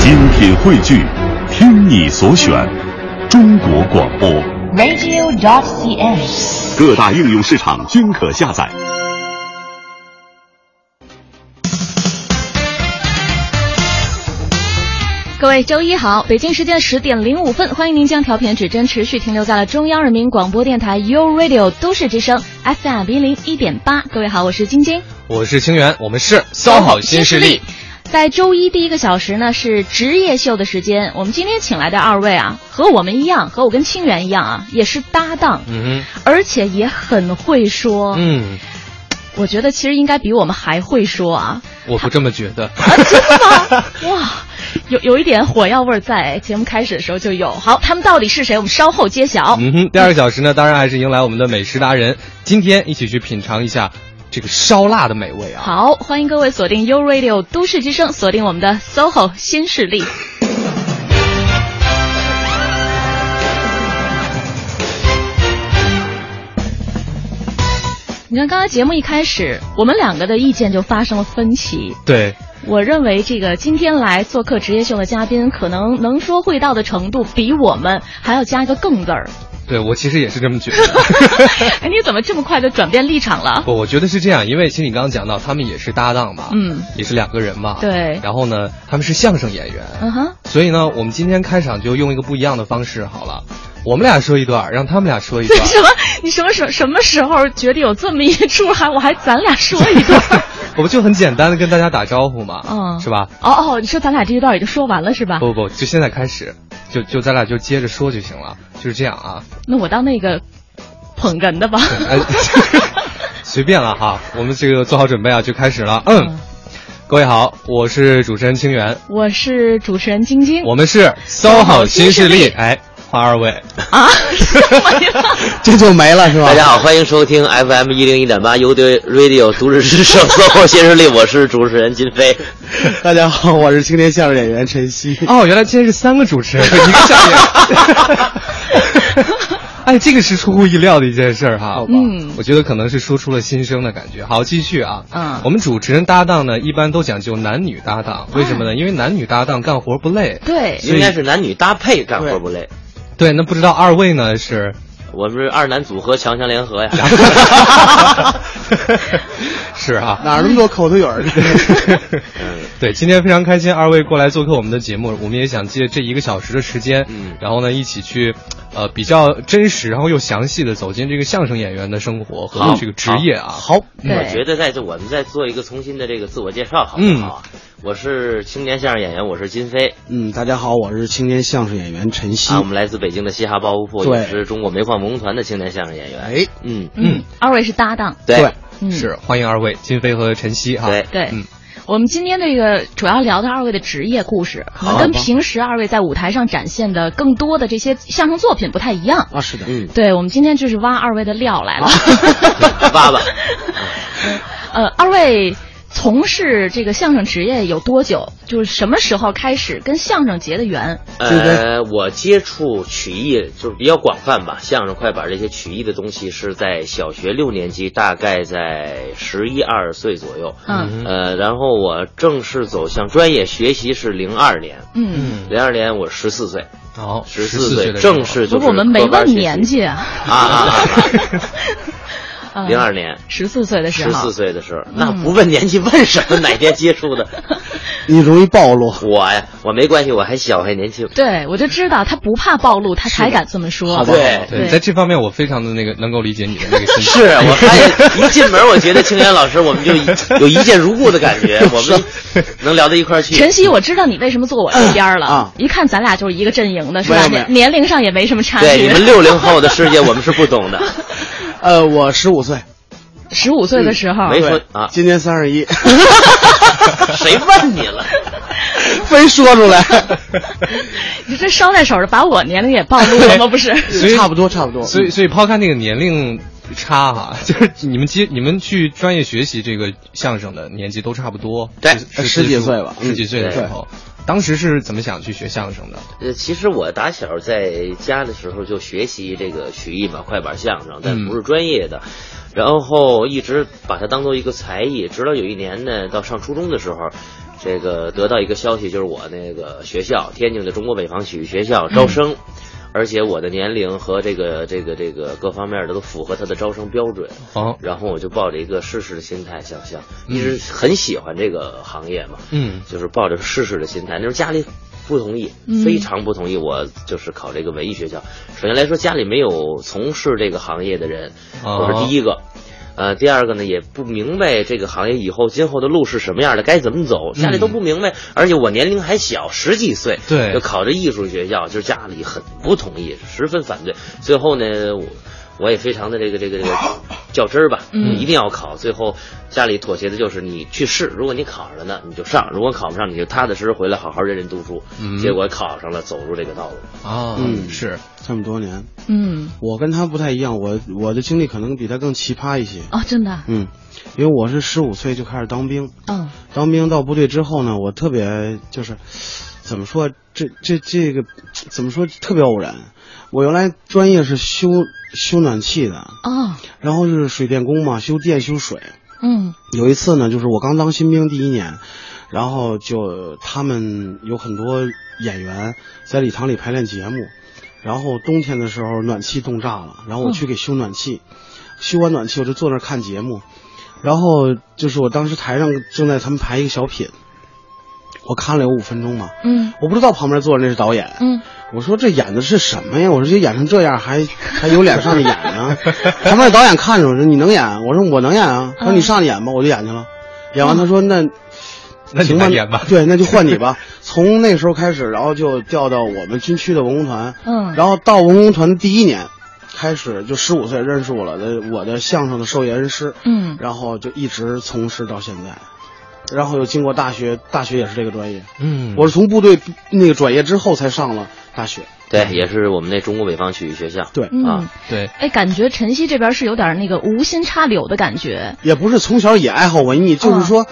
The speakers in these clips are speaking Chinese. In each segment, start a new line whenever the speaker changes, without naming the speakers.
精品汇聚，听你所选，中国广播。
radio.cn。
各大应用市场均可下载。
各位，周一好，北京时间十点零五分，欢迎您将调频指针持续停留在了中央人民广播电台 u Radio 都市之声 FM 一零一点八。各位好，我是晶晶，
我是清源，我们是骚好新势力。
在周一第一个小时呢是职业秀的时间，我们今天请来的二位啊，和我们一样，和我跟清源一样啊，也是搭档，
嗯
而且也很会说。
哼，嗯，
我觉得其实应该比我们还会说啊，
我不这么觉得。
啊真的吗？哇，有有一点火药味儿在，节目开始的时候就有。好，他们到底是谁？我们稍后揭晓。
嗯哼，第二个小时呢，当然还是迎来我们的美食达人，今天一起去品尝一下这个烧腊的美味啊。
好，欢迎各位锁定 U Radio 都市之声，锁定我们的 SOHO 新势力。你看，刚才节目一开始，我们两个的意见就发生了分歧。
对，
我认为这个今天来做客职业秀的嘉宾，可能能说会道的程度，比我们还要加一个“更”字 儿。
对我其实也是这 么觉得。
哎，你怎么这么快就转变立场了？
哦
不，我觉得是这样，因为其实你刚刚讲到，他们也是搭档嘛，
嗯，
也是两个人嘛。
对
然后呢，他们是相声演员。
嗯哼，
所以呢，我们今天开场就用一个不一样的方式好了，我们俩说一段，让他们俩说 一段。
什么？你什么时候什么时候觉得有这么一出？还我还咱俩说一段 儿？
我不就很简单的跟大家打招呼嘛，
嗯，
是吧？？
哦哦，你说咱俩这一段已经说完了是吧？
哦
不不，就现在开始，就就咱俩就接着说就行了，就是这样啊，
那我当那个捧哏 的吧。
哎， 随便了哈，我们这个做好准备啊，就开始了。嗯
嗯，
各位好，我是主持人清源，
我是主持人晶晶。
我们是搜好新势力，哎，换二位，
啊， 什么 呀？
这就没了是
大家好，欢迎收听 FM 一零一点八 U D Radio 都市之声 SOHO 新势力，我是主持人金飞。
大家好，我是青年相声演员陈曦。
哦，原来今天是三个主持人，一个下 面。哎，这个是出乎意料的一件事儿哈。
嗯
我觉得可能是说出了心声的感觉。好，继续啊。
嗯
我们主持人搭档呢，一般都讲究男女搭档，为什么呢？
嗯
因为男女搭档干活不累。
对，
应该是男女搭配干活不累，
对，那不知道二位呢是？
我们是二男组合强强联合呀。
是啊。
哪儿那么多口头语儿？
对，今天非常开心，二位过来做客我们的节目，我们也想借这一个小时的时间，
嗯
然后呢，一起去，呃，比较真实，然后又详细的走进这个相声演员的生活和这个职业啊。好，
对
嗯我觉得在这我们再做一个重新的这个自我介绍，好不好啊？我是青年相声演员，我是金飞
嗯，大家好，我是青年相声演员陈曦
啊，。我们来自北京的嘻哈包袱铺，
嗯对
也是中国煤矿文工团的青年相声演员。
哎，
嗯，
嗯，二位是搭档。
对，
嗯，
是欢迎二位金飞和晨曦哈。
对
对。
嗯
我们今天这个主要聊的二位的职业故事，可能
好
跟平时二位在舞台上展现的更多的这些相声作品不太一样。
啊，是的，
嗯，
对，我们今天就是挖二位的料来
啊
了。
爸爸，
呃，二位从事这个相声职业有多久？就是什么时候开始跟相声结的缘？
呃，我接触曲艺就是比较广泛吧，相声、快板这些曲艺的东西是在小学六年级，大概在十一二岁左右。
嗯
呃，然后我正式走向专业学习是零二年，
嗯，
零二年我十四岁，
好，
十
四
岁
的时候
正
不
式就是
是我们没问年纪啊。
啊啊啊！
嗯
零二年
十四岁的时
十
候
四，岁的时候，嗯那不问年纪问什么？哪天接触 的？
你容易暴露，
我呀，我没关系，我还小还年轻。
对我就知道他不怕暴露，他才敢这么说。
对。
对，
对
在这方面我非常的那个能够理解你的那个心 情。
是啊我发现一进门，我觉得青源老师，我们就一有一见如故的感觉，我们能聊到一块儿去
晨。曦，我知道你为什么坐我这边儿了，
啊
一看咱俩就是一个阵营的，是吧？
没有没有
年年龄上也没什么差
对你
距。
们六零后的世界，我们是不懂的。
呃，我十五岁，
十五岁的时候，
没说啊，
呃今年三十一，
谁问你了？
非说出来，
你这捎带手的把我年龄也暴露了吗？不是，
所以
差不多，差不多。嗯
所以，所以抛开那个年龄差哈， 就是你们接你们去专业学习这个相声的年纪都差不多，
对
是是
十几岁吧
十几岁的
嗯
时候，当时是怎么想去学相声的？
呃，其实我打小在家的时候就学习这个曲艺嘛，快板相声，但不是专业的。然后一直把它当做一个才艺，直到有一年呢，到上初中的时候，这个得到一个消息，就是我那个学校天津的中国北方曲艺学校招生，而且我的年龄和这个这个这个各方面的都符合他的招生标准。
哦，
然后我就抱着一个试试的心态，想想一直很喜欢这个行业嘛，
嗯
就是抱着试试的心态。那时候家里不同意
嗯，
非常不同意我就是考这个文艺学校。首先来说，家里没有从事这个行业的人，
哦
我是第一个。呃，第二个呢，也不明白这个行业以后今后的路是什么样的，该怎么
嗯
走，家里都不明白。而且我年龄还小，十几岁，
对
就考这艺术学校，就是家里很不同意，十分反对。最后呢，我我也非常的这个这个这个较真儿吧，
嗯
一定要考。最后家里妥协的就是你去试，如果你考上了呢，你就上；如果考不上，你就踏踏实实回来好好认真读书。
嗯
结果考上了，走入这个道路。
啊，
嗯
是，
这么多年，
嗯，
我跟他不太一样，我我的经历可能比他更奇葩一些。
哦，真的，
嗯，因为我是十五岁就开始当兵，
嗯
当兵到部队之后呢，我特别就是怎么说，这这这个怎么说特别偶然。我原来专业是修修暖气的，
哦，
然后就是水电工嘛，修电修水。
嗯
有一次呢，就是我刚当新兵第一年，然后就他们有很多演员在礼堂里排练节目，然后冬天的时候暖气冻炸了，然后我去给修暖气，修完暖气我就坐那儿看节目，然后就是我当时台上正在他们排一个小品，我看了有五分钟嘛，
嗯
我不知道旁边坐着那是导演，
嗯，
我说这演的是什么呀？我说这演成这样还还有脸上去演呢？ 旁边导演看着我说你能演？我说我能演啊。他说
嗯
你上去演吧，我就演去了。演完他说那
那你
行吧
来演吧
对，那就换 你吧。从那时候开始，然后就调到我们军区的文工团，
嗯
然后到文工团第一年。开始就十五岁认识我了的我的相声的授业恩师，
嗯
然后就一直从事到现在，然后又经过大学，大学也是这个专业，
嗯
我是从部队那个转业之后才上了大学，
对，也是我们那中国北方曲艺学校。
对，
嗯
啊，
对，
哎，感觉晨曦这边是有点那个无心插柳的感觉，
也不是从小也爱好文艺，就是说，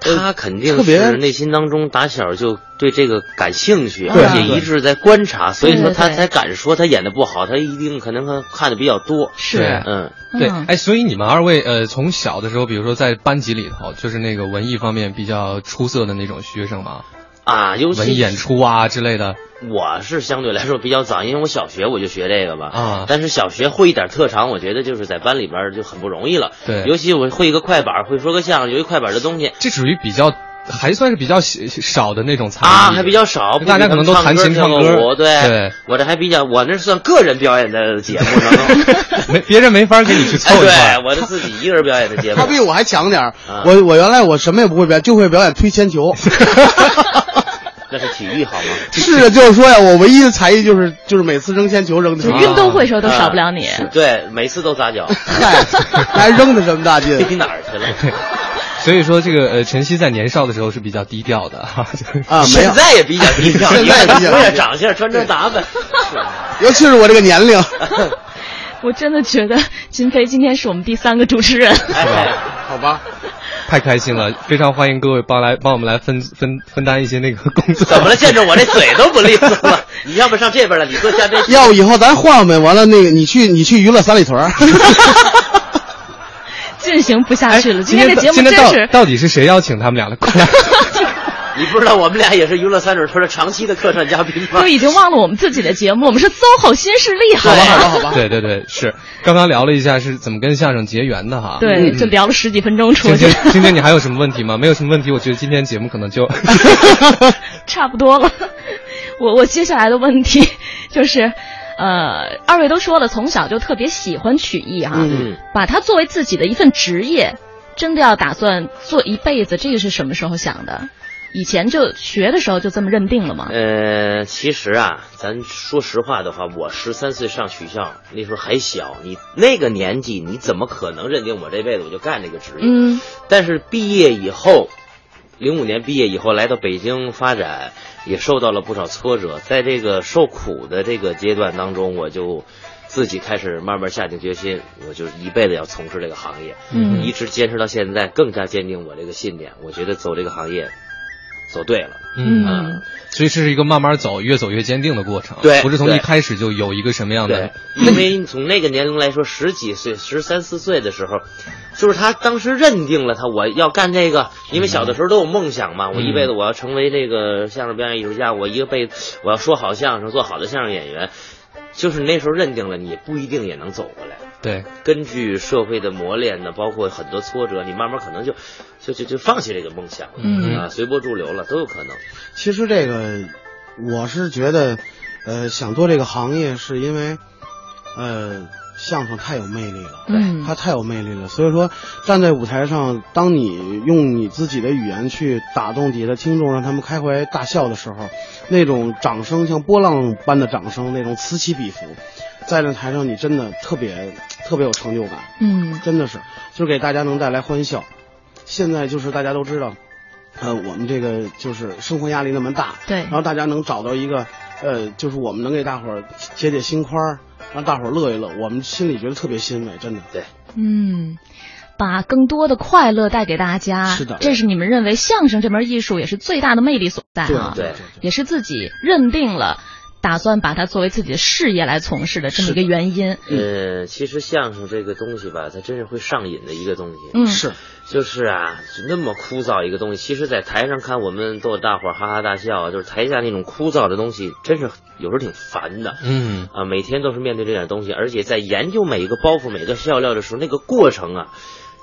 他肯定
特别
是内心当中打小就对这个感兴趣，
对
而且一直在观察，所以说
对对
他
对
才敢说他演的不好，他一定可能看看的比较多。
是，
嗯，
对
嗯，
哎，所以你们二位呃，从小的时候，比如说在班级里头，就是那个文艺方面比较出色的那种学生嘛，
啊，尤
文艺
其
演出啊之类的
我是相对来说比较早，因为我小学我就学这个吧。
啊，
但是小学会一点特长，我觉得就是在班里边儿就很不容易了。
对
尤其我会一个快板，会说个相声，有一快板的东西
这属于比较还算是比较喜少的那种才艺
啊，还比较少。
大家可能都弹琴
唱
唱
个
歌，
舞，对，我这还比较，我那算个人表演的 节目呢。
没别人没法给你去凑
哎，
一块
对，
儿，
我是自己一个人表演的节目
他。比我还强点儿
啊。
我我原来我什么也不会表演，就会表演推铅球。
那是体育好吗？
是啊，就是说呀，我唯一的才艺就是就是每次扔铅球扔的
就
什 么，
运动会时候都少不了你，
啊对，每次 都撒脚，
嗨， 还扔的什么大劲？
飞哪儿去了？
所以说这个呃，晨曦在年少的时候是比较低调的 哈，就是
啊， 没
现，
有
在也比较低调，
现在也比较低调
为了长相穿着打扮，
尤其 是我这个年龄，
我真的觉得金飞今天是我们第三个主持人，
哎，
好吧，
太开心了，非常欢迎各位帮来帮我们来分分分担一些那个工 作。
怎么了？见着我这嘴都不利索 了。你要不上这边了，你坐下边。
要不以后咱换呗？完了，那个你去你去娱乐三里屯儿，
进行不下
哎
去了。
今
天的
到
节目
今
真
天到
是
到底是谁邀请他们俩的过来？
你不知道我们俩也是娱乐三水屯的长期的客串嘉宾吗
都？已经忘了我们自己的节目，我们是 SOHO 新势力，好
好
不
吧
好？
好吧好吧，
对对对，是刚刚聊了一下是怎么跟相声结缘的哈。嗯
对，
嗯
就聊了十几分钟出
今
去
天，今天你还有什么问题吗？没有什么问题，我觉得今天节目可能就
差不多了。 我我接下来的问题就是，呃，二位都说了，从小就特别喜欢曲艺哈、
嗯，
把它作为自己的一份职业，真的要打算做一辈子，这个是什么时候想的？以前就学的时候就这么认定了吗？
呃，其实啊，咱说实话的话，我十三岁上学校那时候还小，你那个年纪，你怎么可能认定我这辈子我就干这个职业？
嗯
但是毕业以后，零五年毕业以后来到北京发展，也受到了不少挫折。在这个受苦的这个阶段当中，我就自己开始慢慢下定决心，我就一辈子要从事这个行业，
嗯
一直坚持到现在，更加坚定我这个信念。我觉得走这个行业。走对了。啊
嗯
所以这是一个慢慢走，越走越坚定的过程。
对
不是从一
对
开始就有一个什么样
对
的，
因为从那个年龄来说，十几岁、十三四岁的时候，就是他当时认定了他我要干这个，因为小的时候都有梦想嘛，我一
嗯
辈子我要成为这个相声表演艺术家，我一个辈子我要说好相声，做好的相声演员，就是那时候认定了你不一定也能走过来。
对，
根据社会的磨练呢，包括很多挫折，你慢慢可能就就就就放弃这个梦想了、
嗯
啊，随波逐流了，都有可能。
其实这个，我是觉得，呃，想做这个行业是因为，呃，相声太有魅力了。
嗯
它太有魅力了，所以说站在舞台上，当你用你自己的语言去打动底下的听众，让他们开怀大笑的时候，那种掌声像波浪般的掌声，那种此起彼伏，在那台上你真的特别特别有成就感。
嗯
真的是，就是给大家能带来欢笑。现在就是大家都知道，呃，我们这个就是生活压力那么大，
对
然后大家能找到一个，呃，就是我们能给大伙儿解解心宽儿，让大伙儿乐一乐，我们心里觉得特别欣慰，真的。
对，
嗯，把更多的快乐带给大家。
是的
这是你们认为相声这门艺术也是最大的魅力所在啊。
对
也是自己认定了，打算把它作为自己的事业来从事的这么一个原因。嗯
呃，其实相声这个东西吧，它真是会上瘾的一个东西。
嗯，
是，
就是啊，就那么枯燥一个东西，其实，在台上看我们逗大伙儿哈哈大笑，啊就是台下那种枯燥的东西，真是有时候挺烦的。
嗯
啊，每天都是面对这点东西，而且在研究每一个包袱、每个笑料的时候，那个过程啊，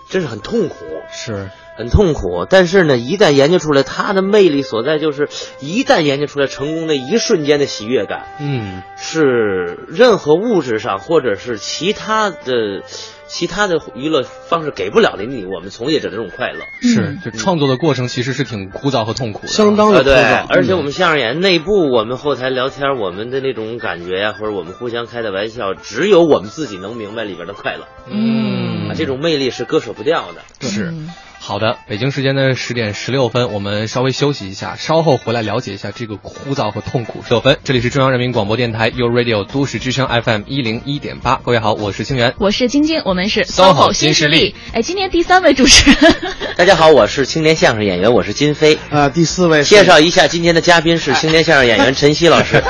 真是很痛苦。
是，
很痛苦，但是呢，一旦研究出来，它的魅力所在就是，一旦研究出来成功的一瞬间的喜悦感，
嗯
是任何物质上或者是其他的、其他的娱乐方式给不了的你我们从业者的这种快乐。
是，就创作的过程其实是挺枯燥和痛苦的啊，
嗯相当
啊，
的枯
对
燥。，
而且我们相声演员内部，我们后台聊天，我们的那种感觉呀、或者我们互相开的玩笑，只有我们自己能明白里边的快乐
嗯
啊，这种魅力是割舍不掉的。
是
嗯。
好的，北京时间的十点十六分，我们稍微休息一下，稍后回来了解一下这个枯燥和痛苦。十六分，这里是中央人民广播电台 u Radio 都市之声 FM 一零一点八，各位好，我是清源。
我是晶晶，我们是
SOHO
新
新势
力
力。
哎，今天第三位主持人，
大家好，我是青年相声演员，我是金飞。
呃，第四位是
介绍一下今天的嘉宾是青年相声演员陈曦老 师。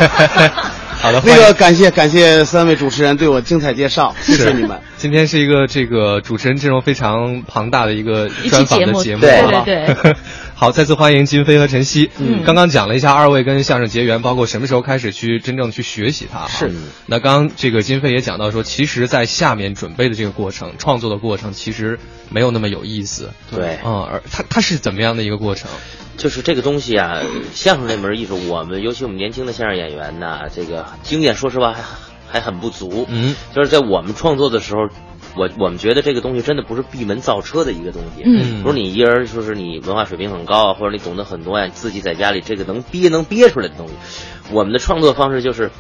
好的，
那
欢迎
个感谢感谢三位主持人对我精彩介绍，谢谢你们。
今天是一个这个主持人阵容非常庞大的一个
期
专访的
节目
节目，
对
好吧
对对
好，再次欢迎金飞和晨曦。
嗯
刚刚讲了一下二位跟相声结缘，包括什么时候开始去真正去学习它。
是。
那刚刚这个金飞也讲到说，其实，在下面准备的这个过程、创作的过程，其实没有那么有意思。
对
嗯，而它它是怎么样的一个过程？
就是这个东西啊，相声这门艺术，我们尤其我们年轻的相声演员呐，这个经验说实话还还很不足。
嗯，
就是在我们创作的时候，我我们觉得这个东西真的不是闭门造车的一个东西。
嗯
不是你一人说是你文化水平很高啊，或者你懂得很多呀、你自己在家里这个能憋能憋出来的东西。我们的创作方式就是，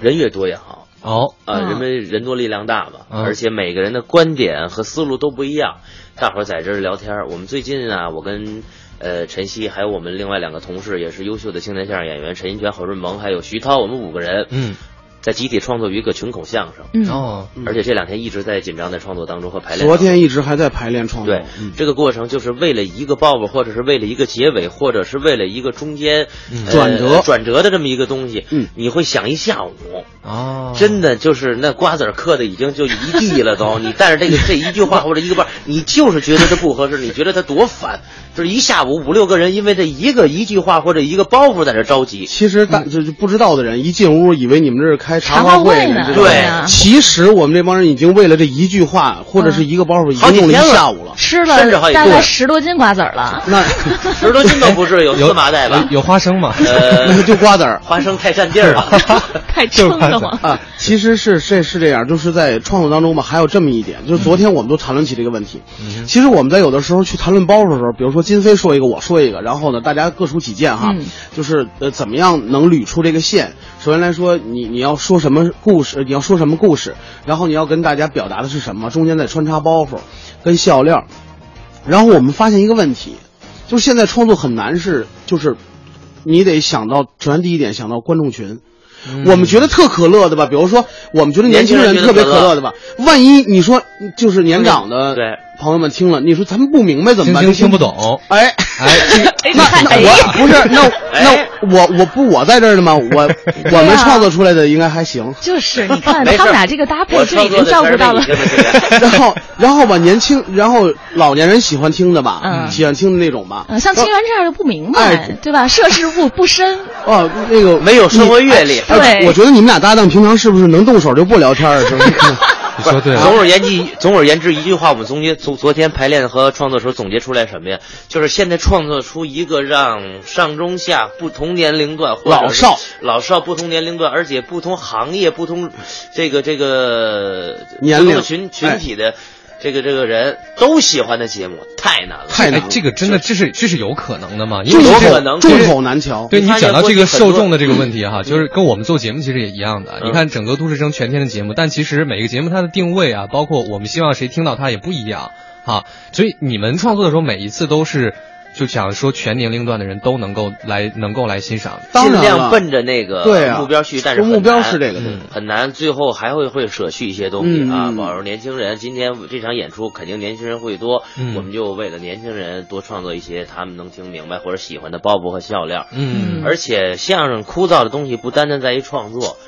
人越多越好。
哦，
啊，
嗯
人们人多力量大嘛，
嗯
而且每个人的观点和思路都不一样。大伙儿在这儿聊天儿，我们最近啊，我跟呃陈曦，还有我们另外两个同事，也是优秀的青年相声演员陈银泉、侯润萌，还有徐涛，我们五个人，
嗯，
在集体创作一个群口相声，
嗯，
哦，
嗯
而且这两天一直在紧张的创作当中和排练当中。
昨天一直还在排练创作，
对
嗯，
这个过程就是为了一个抱抱，或者是为了一个结尾，或者是为了一个中间
嗯
呃
转折
转折的这么一个东西，
嗯
你会想一下午。
哦，
真的就是那瓜子儿嗑的已经就一地了 都，你但是这个这一句话或者一个半儿，你就是觉得它不合适，你觉得它多烦，就是一下午五六个人因为这一个一句话或者一个包袱在这着急。
其实大就就不知道的人一进屋，以为你们这是开茶话
茶话
会
会呢
你知道吗
对啊
其实我们这帮人已经为了这一句话或者是一个包袱，已经用了一下午了。
吃
甚至好
了
几
大
顿
概十多斤瓜子儿了。
那
十多斤都不是，有
有
四麻袋吧？
有有花生吗？
呃，
那就瓜子儿
花生太占地儿了。
太撑得慌。
啊，其实是这是这样，就是在创作当中吧，还有这么一点，就是昨天我们都谈论起这个问题。其实我们在有的时候去谈论包袱的时候，比如说金飞说一个，我说一个，然后呢，大家各抒己见哈，
嗯
就是呃，怎么样能捋出这个线？首先来说，你你要说什么故事，你要说什么故事，然后你要跟大家表达的是什么，中间再穿插包袱跟笑料。然后我们发现一个问题，就是现在创作很难是，就是你得想到，首先第一点想到观众群。
嗯
我们觉得特可乐的吧，比如说我们觉得年轻人特别可乐的吧，万一你说就是年长
嗯
的
对
朋友们听了，你说咱们不明白怎么
听
办？
听听不。 懂，
哎，
哎，
那那我不是那
哎
那我我不我在这儿呢 吗？我我们创作出来的应该还行。
就是你看
没事
他们俩这个搭配
我
就
创
已
作
经
的
照顾
词儿
到
被
了
你。听了现在
然后然后吧，年轻然后老年人喜欢听的吧，
嗯
喜欢听的那种 吧。
嗯，像清源这样就不明
哎
白，对吧？涉世不不深，
哦，那个
没有生活阅历
哎
对
我觉得你们俩搭档平常是不是能动手就不聊天了？是不是？
你 说对了，
总而言之，总而言之，一句话，我们总结昨昨天排练和创作时候总结出来什么呀？就是现在创作出一个让上中下不同年龄段或者
老少
老少不同年龄段，而且不同行业、不同这个这个不
年龄哎
同的群群体的这个这个人都喜欢的节目，太难了。
太难
哎
了，，
这个真的这是这是有可能的吗？因
众
为
有
这
可
个。
能
口众口难调。
对你
发现
讲到
过
这个
去很
受
多嗯
众的这个问题哈，就是跟我们做节目其实也一样的。你看整个都市生全天的节目，但其实每个节目它的定位啊，包括我们希望谁听到它也不一样啊。所以你们创作的时候，每一次都是就想说全年龄段的人都能够来能够来欣赏。
当
尽
然
量
了，
奔着那个
对啊
目标去，但是很
目标
难
是这个
嗯
对
很难，最后还会会舍去一些东西
嗯
啊。
嗯
保佑年轻人，今天这场演出肯定年轻人会多
嗯，
我们就为了年轻人多创作一些他们能听明白或者喜欢的包袱和笑料。
嗯
嗯
而且相声枯燥的东西不单单在于创作，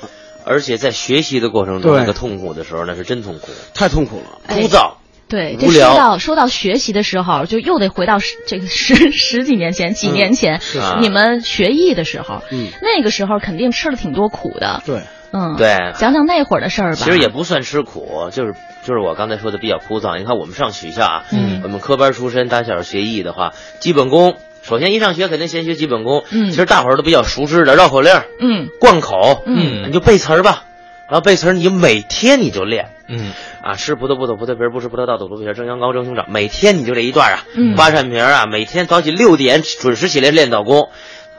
而且在学习的过程中，
嗯对
那个痛苦的时候那是真痛苦，
太痛苦了。
哎
枯燥。
对，
无
这说
聊
到说到学习的时候，就又得回到十这个十 十几年前、几年前，
是啊
你们学艺的时候，
嗯
那个时候肯定吃了挺多苦的，
对，
嗯，
对
讲讲那会儿的事儿吧。
其实也不算吃苦，就是就是我刚才说的比较枯燥。你看我们上学校啊，
嗯
我们科班出身，打小学艺的话，基本功，首先一上学肯定先学基本功。
嗯
其实大伙儿都比较熟知的绕口令、
嗯
贯口，
嗯
你就背词儿吧。然后背词儿，你每天你就练
嗯
啊，吃葡萄不吐葡萄皮儿，不吃葡萄倒吐葡萄皮儿，蒸羊羔蒸熊掌，每天你就这一段啊，
嗯
挖扇皮儿啊，每天早起六点准时起来练早功。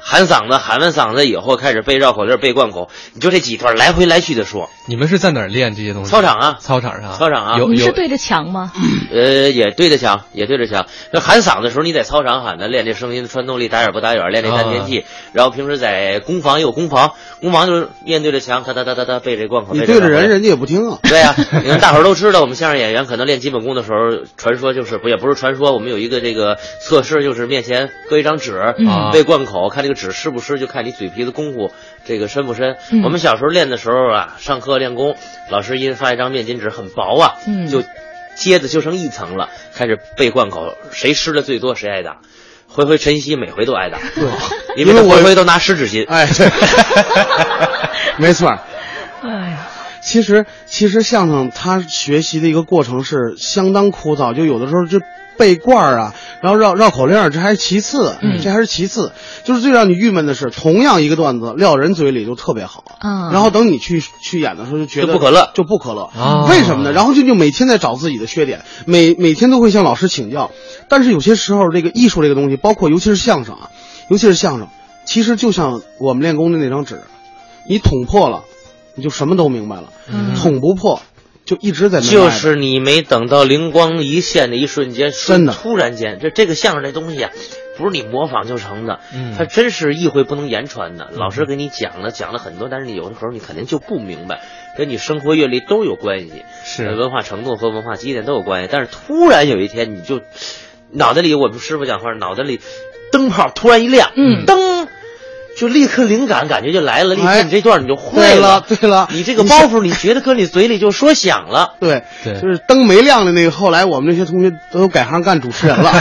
喊嗓子，喊完嗓子以后开始背绕口令、背贯口，你就这几段来回来去的说。
你们是在哪儿练这些东西？
操场啊
操场上，
操场啊
有
你是
有
对着墙吗？
呃，也对得墙，也对得墙。那喊嗓子的时候，你在操场喊的，练这声音的穿透力，打眼不打眼，练这丹田气。
啊
然后平时在攻防也有攻防，攻防就是面对着墙，哒哒哒哒哒，背这贯口。
你
背
对
绕
着
口
人，
令。
人家也 不听啊。
对呀、你看大伙儿都知道，我们相声演员可能练基本功的时候，传说就是不也不是传说，我们有一个这个测试，就是面前搁一张纸，
嗯
啊
背贯口，看这个纸湿不湿，就看你嘴皮子功夫这个深不深。
嗯
我们小时候练的时候啊，上课练功，老师一人发一张面巾纸，很薄啊，
嗯
就接的就剩一层了，开始背贯口，谁湿的最多谁挨打。回回晨曦每回都挨打，对，因为
因为
他
我
回回都拿湿纸巾。
哎，对， 没错儿。
哎呀，
其实，其实相声它学习的一个过程是相当枯燥，就有的时候就背罐儿啊，然后绕绕口令儿，这还是其次，
嗯
这还是其次。就是最让你郁闷的是，同样一个段子撂人嘴里就特别好，啊
嗯
然后等你去去演的时候就觉得
就不可乐哦
就不可乐。
啊
为什么呢？然后就就每天在找自己的缺点，每每天都会向老师请教。但是有些时候，这个艺术这个东西，包括尤其是相声啊，尤其是相声，其实就像我们练功的那张纸，你捅破了，你就什么都明白了；
嗯
捅不破，就一直在那儿
就
赖着
是你没等到灵光一现的一瞬间，
真的
突然间，这这个相声这东西啊，不是你模仿就成的，
嗯
它真是意会不能言传
嗯
的。老师给你讲了，讲了很多，但是你有的时候你肯定就不明白，跟你生活阅历都有关系，呃
是
文化程度和文化积淀都有关系。但是突然有一天，你就脑袋里，我们师傅讲话，脑袋里灯泡突然一亮，
嗯
灯。就立刻灵感，感觉就来了，立刻
哎
你这段你就会
对了对了
你这个
你
包
是
袱，你觉得搁你嘴里就说响了。
对，
对
就是灯没亮的那个。后来我们那些同学都改行干主 持人了。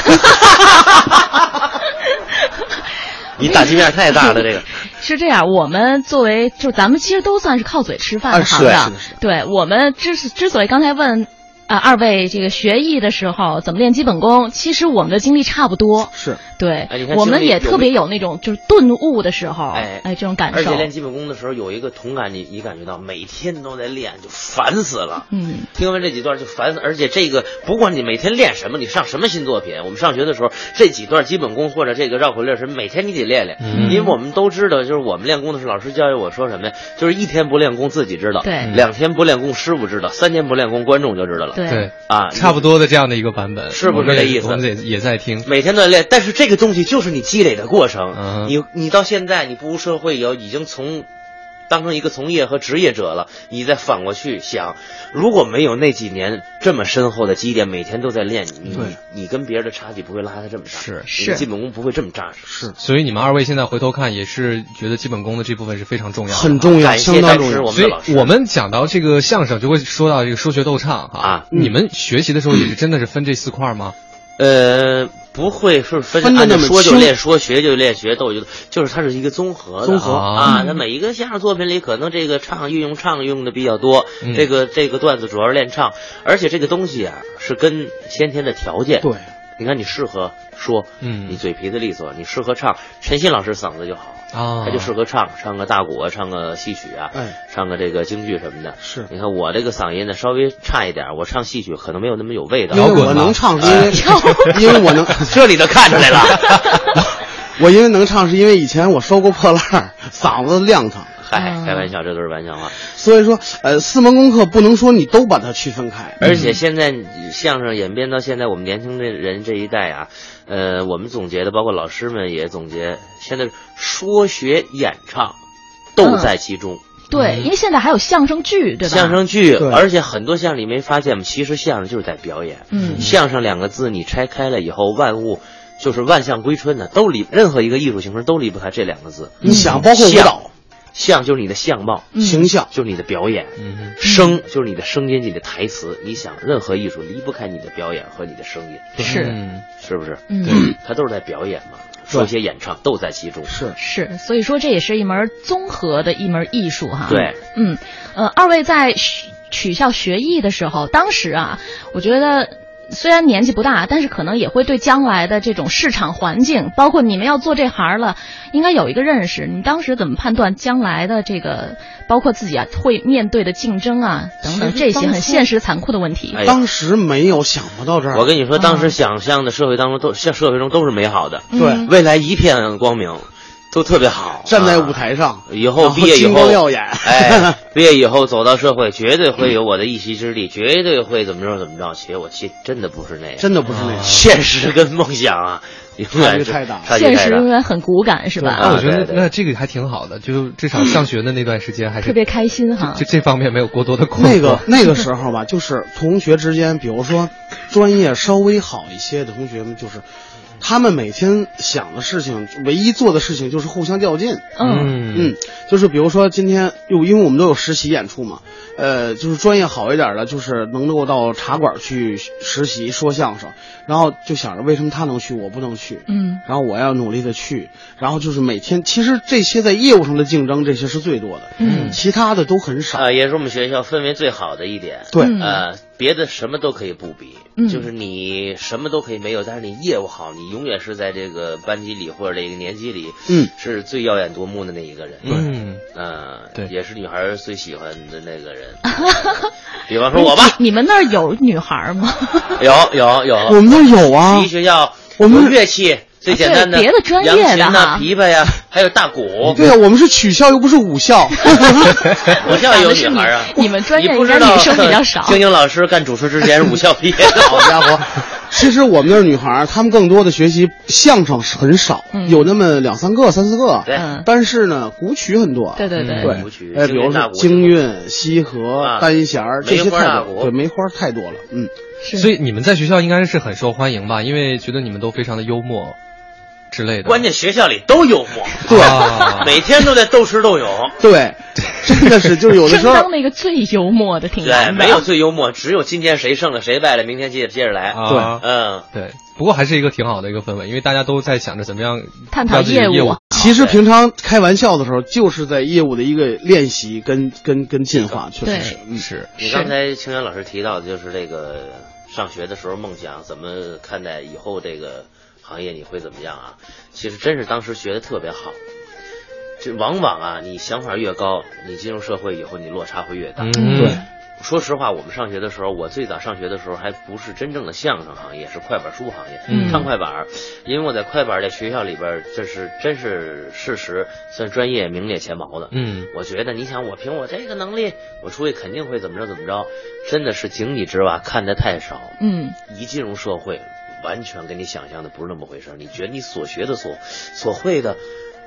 你打击面太大了，这个
是这样，我们作为就是咱们其实都算是靠嘴吃饭
啊
的行
是
当，
是是
对我们之之所以刚才问。啊，二位这个学艺的时候怎么练基本功？其实我们的经历差不多，
是，
对
哎你，看
我
经
们
历
也
有
特别有那种就是顿悟的时候，
哎
哎，这种感
而
受
且，练基本功的时候有一个同感，你你感觉到每天都在练，就烦死了。
嗯，
听完这几段就烦死，而且这个不管你每天练什么，你上什么新作品，我们上学的时候这几段基本功或者这个绕口令什么，每天你得练练，
嗯
因为我们都知道，就是我们练功的时候，老师教育我说什么呀？就是一天不练功自己知道，
对
两天不练功师傅知道，三天不练功观众就知道了，
对
对
啊，
差不多的这样的一个版本，
是不是
我们
这
也
意思
我们也也在听，
每天都在练，但是这个东西就是你积累的过程。
嗯
你你到现在你步入社会以后，已经从当成一个从业和职业者了，你再反过去想，如果没有那几年这么深厚的积淀，每天都在练，你
对
你跟别人的差距不会拉得这么大，
是
你
是
的基本功不会这么扎实。
是
所以你们二位现在回头看，也是觉得基本功的这部分是非常重要的，
很重要，
感谢
相当
当
重
时
要
我。们
所
的
以
老师
我们讲到这个相声，就会说到这个说学逗唱哈
啊
你们学习的时候也是真的是分这四块吗？
呃，不会是分
分得
按照
那么
说就
清
练说，学就练学，逗就逗就是它是一个综合的
综合
啊。
嗯
它每一个相声作品里，可能这个唱运用唱用的比较多，
嗯
这个这个段子主要是练唱，而且这个东西啊是跟先天的条件。
对，
你看你适合说，
嗯
你嘴皮子利索，你适合唱。陈曦老师嗓子就好，
啊，
他就适合唱，唱个大鼓啊，唱个戏曲啊，
哎，
唱个这个京剧什么的。
是
你看我这个嗓音呢稍微差一点，我唱戏曲可能没有那么有味道
因。为
摇滚
我
嘛
能唱，是因 为因为我能，
这你都看出来了。
我因为能唱，是因为以前我收过破烂儿，嗓子亮堂。
嗨，
嗯
开玩笑，这都是玩笑话。
所以说，呃，四门功课不能说你都把它区分开。
而且现在相声演变到现在，我们年轻的人这一代啊，呃，我们总结的，包括老师们也总结，现在说学演唱都在其中，
对，因为现在还有相声剧，嗯对吧？
嗯相，声剧，
对
而且很多相声你没发现吗？其实相声就是在表演。
嗯，
相声两个字你拆开了以后，万物就是万象归春的，都离任何一个艺术形式都离不开这两个字。
你想，包括舞蹈、
相就是你的相貌，
嗯
形象，
就是你的表演。
嗯哼，
声就是你的声音，你的台词。你想，任何艺术离不开你的表演和你的声音，
是，
嗯
是不是？
嗯，
他都是在表演嘛，
对
说些演唱都在其中。
是
是，所以说这也是一门综合的一门艺术哈。
对，
嗯，呃，二位在学取笑学艺的时候，当时啊，我觉得。虽然年纪不大，但是可能也会对将来的这种市场环境，包括你们要做这行了，应该有一个认识。你当时怎么判断将来的这个，包括自己啊会面对的竞争啊等等
其实
这些
当
很
初
现实残酷的问题？
哎呀
当时没有想不到这儿。
我跟你说，
嗯
当时想象的社会当中都，像社会中都是美好的，
嗯
对
未来一片光明，都特别好。
站在
啊
舞，台上，
以后
然后
毕业以
金
后
光耀眼
哎，毕业以后走到社会，绝对会有我的一席之地，绝对会怎么着怎么着。其实我其真的不是那样，
真的不是那样。
现实跟梦想啊，永远是啊
差距太大了
差距
现
太
实
大
永远很骨感是吧？
那我觉
对
得
对
那这个还挺好的，就至少上学的那段时间还是
特别开心哈
这。这方面没有过多的困惑。
那个那个时候吧，就是同学之间，比如说专业稍微好一些的同学们，就是他们每天想的事情，唯一做的事情就是互相较劲。
嗯
嗯
嗯，就是比如说今天，又因为我们都有实习演出嘛，呃，就是专业好一点的，就是能够到茶馆去实习说相声，然后就想着为什么他能去，我不能去，
嗯
然后我要努力的去，然后就是每天，其实这些在业务上的竞争，这些是最多的，
嗯
其他的都很少。
啊，也是我们学校氛围最好的一点。
对，
嗯
呃，别的什么都可以不比，
嗯
就是你什么都可以没有，但是你业务好，你永远是在这个班级里或者这个年级里，
嗯，
是最耀眼夺目的那一个人。，
嗯，
呃，
对
也是女孩儿最喜欢的那 个人。呃比方说我吧，
你们那儿有女孩吗？
有有有，
我们那儿有啊
第一，学校
我们
有乐器最简单的，
啊对别的专业的
扬琴呐、
哈
琵琶呀、还有大鼓。
对啊，我们是曲校又不是 武校，
我校也有女孩儿啊
我想的是，你你们专业
你不
应该
知道
女生比较少
晶晶老师干主持之前是武校毕业的，好家伙！
其实我们那儿女孩儿，她们更多的学习相声是很少，
嗯
有那么两三个、三四个，
对
嗯
但是呢，古曲很多，
对对对，
对
古嗯曲
哎，
京
比如
韵大
说
鼓
京韵、西河
啊、
单弦儿这些
梅花
太
大
多，
鼓
对，梅花太多了，嗯，
是
所以你们在学校应该是很受欢迎吧？因为觉得你们都非常的幽默之类的。
关键学校里都幽默，
对
啊
每天都在斗智斗勇。
对，真的是就是有的
正
时候
当那个最幽默的啊挺
对，
难的，
没有最幽默，只有今天谁胜了谁败了，明天接着接着来。
啊
嗯，
对，不过还是一个挺好的一个氛围，因为大家都在想着怎么样
探讨
让自己的
业
业
务啊
务
其实平常开玩笑的时候，就是在业务的一个练习跟跟跟进化，确
对
实是，嗯
是
你刚才清源老师提到的就是这个上学的时候梦想，怎么看待以后这个行业你会怎么样啊？其实真是当时学的特别好，这往往啊，你想法越高，你进入社会以后你落差会越大。
嗯
对，
说实话，我们上学的时候，我最早上学的时候还不是真正的相声行业，是快板书行业，
嗯
唱快板儿。因为我在快板儿在学校里边儿，这是真是事实，算专业名列前茅的。
嗯
我觉得你想我凭我这个能力，我出去肯定会怎么着怎么着，真的是井底之蛙，看得太少。
嗯
一进入社会，完全跟你想象的不是那么回事儿。你觉得你所学的所所会的，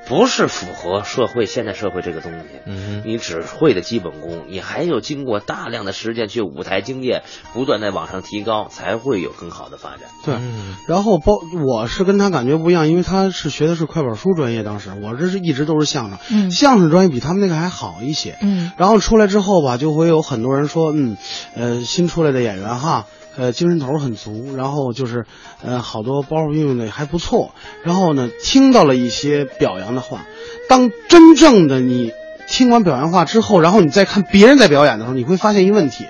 不是符合社会现代社会这个东西。
嗯哼，
你只会的基本功，你还有经过大量的实践去舞台经验，不断在往上提高，才会有更好的发展。
对，
嗯
然后包我是跟他感觉不一样，因为他是学的是快板书专业，当时我这是一直都是相声，
嗯
相声专业比他们那个还好一些。
嗯
然后出来之后吧，就会有很多人说，嗯，呃，新出来的演员哈，呃，精神头儿很足，然后就是，呃，好多包袱运用的还不错。然后呢，听到了一些表扬的话，当真正的你听完表扬话之后，然后你再看别人在表演的时候，你会发现一个问题，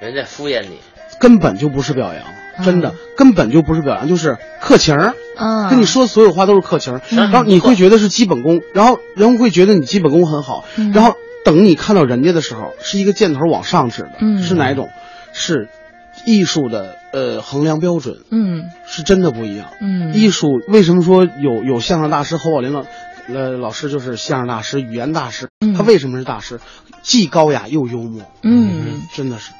人家敷衍你，
根本就不是表扬，真的、根本就不是表扬，就是客情儿。
嗯，
跟你说所有话都是客情儿，
嗯
然后你会觉得是基本功，然后人会觉得你基本功很好，
嗯
然后等你看到人家的时候，是一个箭头往上指的，
嗯
是哪一种？是艺术的呃衡量标准，
嗯
是真的不一样。
嗯
艺术为什么说有有相声大师侯宝林老呃老师就是相声大师、语言大师
嗯？
他为什么是大师？既高雅又幽默，
嗯，
真的是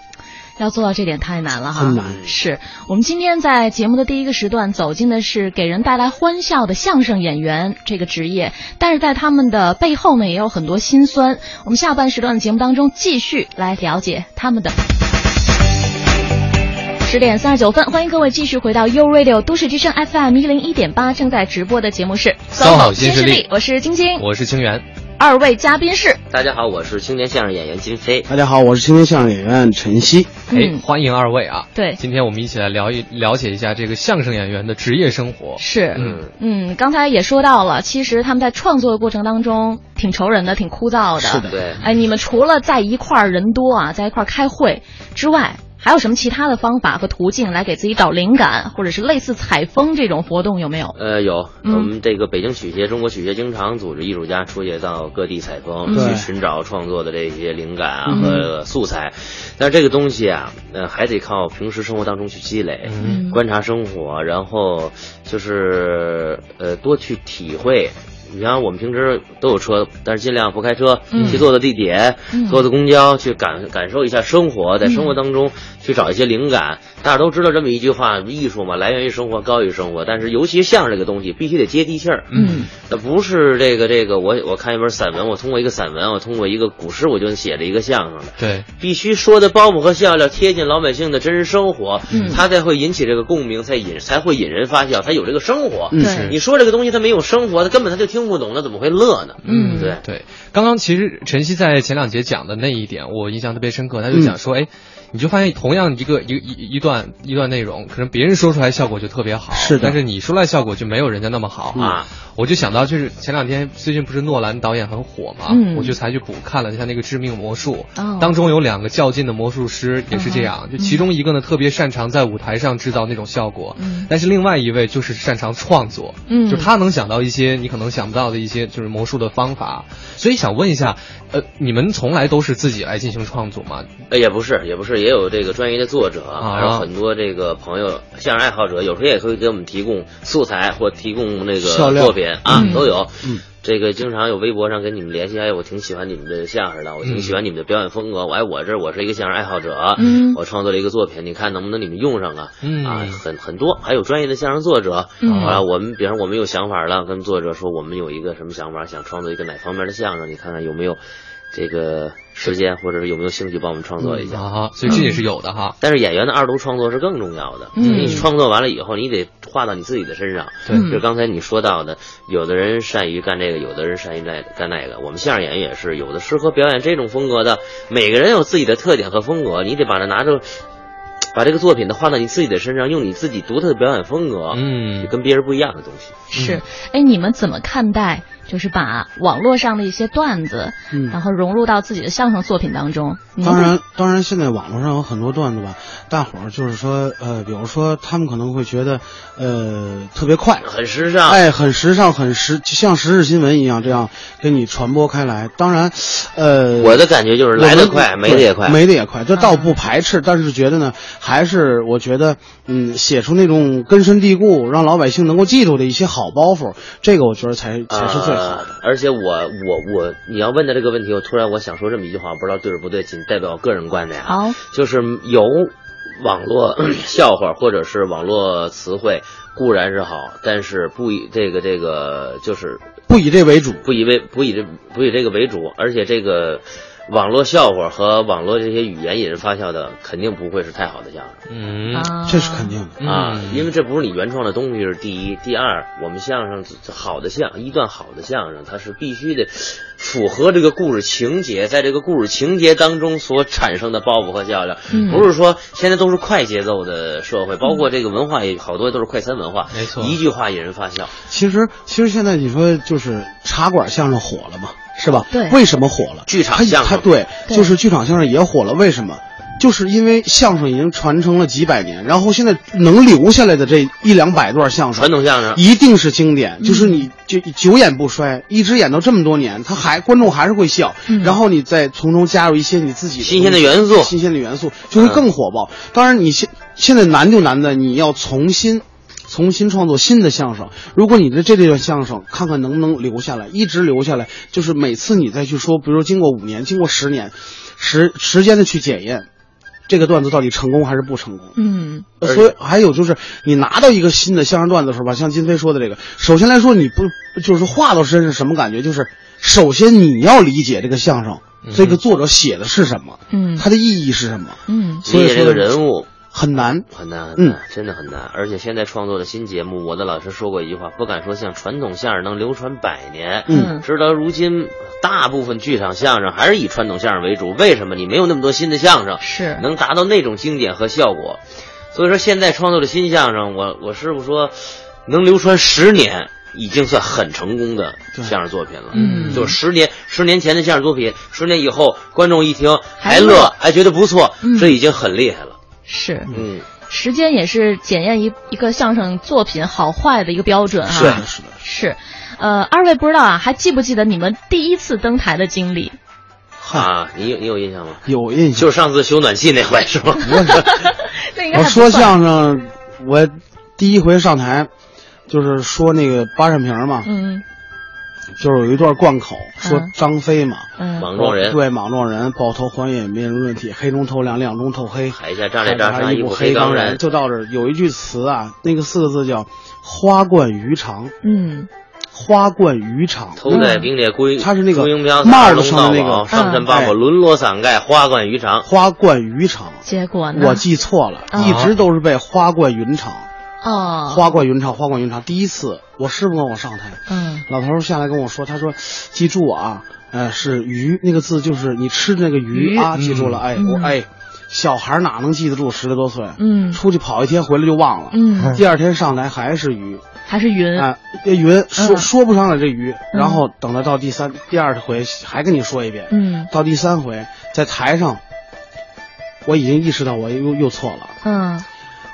要做到这点太难了哈，
很难。
是我们今天在节目的第一个时段走进的是给人带来欢笑的相声演员这个职业，但是在他们的背后呢，也有很多辛酸。我们下半时段的节目当中继续来了解他们的。十点三十九分，欢迎各位继续回到 U Radio 都市之声 FM 一零一点八，正在直播的节目是《
骚好新势
势
力
力》，我是晶晶，
我是清源。
二位嘉宾是
大家好，我是青年相声演员金飞。
大家好，我是青年相声演员陈曦。
哎，
嗯
欢迎二位啊！
对
今天我们一起来聊一了解一下这个相声演员的职业生活。
是
嗯，
嗯，刚才也说到了，其实他们在创作的过程当中挺愁人的，挺枯燥的。
是的
对，
哎，你们除了在一块儿人多啊，在一块儿开会之外，还有什么其他的方法和途径来给自己找灵感，或者是类似采风这种活动有没有？
呃，有
嗯
我们这个北京曲协、中国曲协经常组织艺术家出去到各地采风，
对
去寻找创作的这些灵感啊
嗯
和素材。但是这个东西啊，呃，还得靠平时生活当中去积累，
嗯
观察生活，然后就是呃多去体会。你像我们平时都有车，但是尽量不开车，
嗯
去坐坐地铁，
嗯
坐坐公交，去感感受一下生活，在生活当中去找一些灵感。大家都知道这么一句话，艺术嘛，来源于生活，高于生活。但是尤其相声这个东西，必须得接地气儿。
嗯
那不是这个这个，我我看一本散文，我通过一个散文，我通过一个古诗，我就写了一个相声的。
对，
必须说的包袱和笑料贴近老百姓的真实生活，
嗯
它才会引起这个共鸣，才引才会引人发笑，才有这个生活。
嗯
对
你说这个东西它没有生活，他根本他就听不懂，那怎么会乐呢？
嗯
对
对，刚刚其实晨曦在前两节讲的那一点，我印象特别深
嗯
刻。他就讲说，哎、你就发现同样一个一一一段一段内容，可能别人说出来效果就特别好，
是的
但是你说出来效果就没有人家那么好
嗯
啊。
我就想到，就是前两天最近不是诺兰导演很火嘛，
嗯
我就才去补看了一下那个《致命魔术》
哦
当中有两个较劲的魔术师也是这样，
嗯
就其中一个呢特别擅长在舞台上制造那种效果，
嗯
但是另外一位就是擅长创作，
嗯
就他能想到一些你可能想不到的一些就是魔术的方法，所以想问一下，呃，你们从来都是自己来进行创作吗？
呃，也不是，也不是，也有这个专业的作者，
啊
还有很多这个朋友相声爱好者，有时候也会给我们提供素材或提供那
笑
个
料
作品啊
嗯，
都有。
嗯
这个经常有微博上跟你们联系，哎，我挺喜欢你们的相声的，我挺喜欢你们的表演风格，我哎，我这我是一个相声爱好者，
嗯
我创作了一个作品，你看能不能你们用上啊？
嗯
啊，很很多，还有专业的相声作者，
嗯
啊，我们比方说我们有想法了，跟作者说我们有一个什么想法，想创作一个哪方面的相声，你看看有没有这个时间，或者是有没有兴趣帮我们创作一下。
啊，所以这也是有的哈。
但是演员的二度创作是更重要的。
嗯
你创作完了以后，你得画到你自己的身上。
对
就刚才你说到的，有的人善于干这个，有的人善于干干那个。我们相声演员也是，有的适合表演这种风格的。每个人有自己的特点和风格，你得把它拿着，把这个作品的画到你自己的身上，用你自己独特的表演风格，
嗯
就跟别人不一样的东西。
是，哎，你们怎么看待就是把网络上的一些段子，
嗯
然后融入到自己的相声作品当中？你们
当
会，
然，当然，现在网络上有很多段子吧，大伙儿就是说，呃，比如说他们可能会觉得，呃，特别快，
很时尚，
哎，很时尚，很时，就像时事新闻一样，这样给你传播开来。当然，呃，
我的感觉就是来得快，
我们
没得也快。
没的也快。这倒不排斥，但是觉得呢，还是我觉得，嗯，写出那种根深蒂固，让老百姓能够记住的一些好包袱，这个我觉得才才是最好
呃
的。
而且我我我，你要问的这个问题，我突然我想说这么一句话，不知道对不对，仅代表我个人观点啊。
好，
就是有网络 笑话或者是网络词汇固然是好，但是不一这个这个就是
不以这为主。
不以为不以这不以这个为主，而且这个网络笑话和网络这些语言引人发笑的，肯定不会是太好的相声。
嗯
这是肯定的，
嗯
啊，因为这不是你原创的东西，是第一。第二，我们相声好的相一段好的相声，它是必须得符合这个故事情节，在这个故事情节当中所产生的包袱和笑料，
嗯
不是说现在都是快节奏的社会，包括这个文化也好多都是快餐文化，
没错
一句话引人发笑。
其实其实现在你说就是茶馆相声火了嘛，是吧？
对
为什么火了？
剧场
它
相声
它对，
对
就是剧场相声也火了，为什么？就是因为相声已经传承了几百年，然后现在能留下来的这一两百段相声
传，统相声
嗯
一定是经
嗯
典，就是你就久演不衰，一直演到这么多年，他还观众还是会笑，
嗯
然后你再从中加入一些你自己的
新鲜的元素嗯
新鲜的元素就会更火爆。当然，你现现在难就难在你要重新。重新创作新的相声，如果你的这段相声，看看能不能留下来，一直留下来，就是每次你再去说，比如说经过五年、经过十年，时时间的去检验，这个段子到底成功还是不成功。
嗯
而
所以还有就是，你拿到一个新的相声段子的时候吧，像金飞说的这个，首先来说，你不就是话到身是什么感觉？就是首先你要理解这个相声，
嗯
这个作者写的是什么，
嗯
它的意义是什么，
嗯
所以
理解这个
说
人物。
很难。
很难，很
嗯
难，真的很难。而且现在创作的新节目，我的老师说过一句话，不敢说像传统相声能流传百年，
嗯
直到如今，大部分剧场相声还是以传统相声为主。为什么？你没有那么多新的相声
是
能达到那种经典和效果。所以说，现在创作的新相声，我我师傅说，能流传十年，已经算很成功的
对
相声作品了。
嗯
就十年，十年前的相声作品，十年以后观众一听还
还乐
乐，还觉得不错，
嗯
这已经很厉害了。
是
嗯，
时间也是检验一一个相声作品好坏的一个标准啊。
是的，是的。
是，呃，二位不知道啊，还记不记得你们第一次登台的经历？
嗨，
啊，你有你有印象吗？
有印象。
就是上次修暖气那回是吗？
那应该
我
还不算
说相声，我第一回上台，就是说那个八扇屏嘛，
嗯
就是有一段贯口，说
嗯
张飞嘛，
嗯
莽撞人，
对，莽撞人，抱头还眼，面如润体，黑中透亮，亮中透黑。
海下仗烈张
还
上
一
一
股
股
黑
黑
钢
钢
人，
人，
就到这儿。有一句词啊，那个四个字叫“花冠鱼肠
嗯”，
花冠鱼肠，
头戴冰裂龟，
他是那个
孤鹰飘
帽
洒
儿都
龙
上
道
的那个
宝，上阵
嗯
八
哎
火，沦落伞盖，花冠鱼肠。
花冠鱼肠，
结果呢？
我记错了，
啊
一直都是被花冠云长，
哦，
花冠云长，花冠云长。第一次我师傅跟我上台，
嗯
老头儿下来跟我说，他说：“记住啊，呃，是鱼那个字，就是你吃的那个鱼
鱼
啊，
嗯
记住了。”哎，
嗯
我哎，小孩儿哪能记得住？十来多岁，
嗯
出去跑一天回来就忘了。
嗯，
第二天上台还是鱼，
还是云，
啊，这云
嗯
说说不上来这鱼，然后等到到第三第二回还跟你说一遍，
嗯
到第三回在台上，我已经意识到我又又错了。
嗯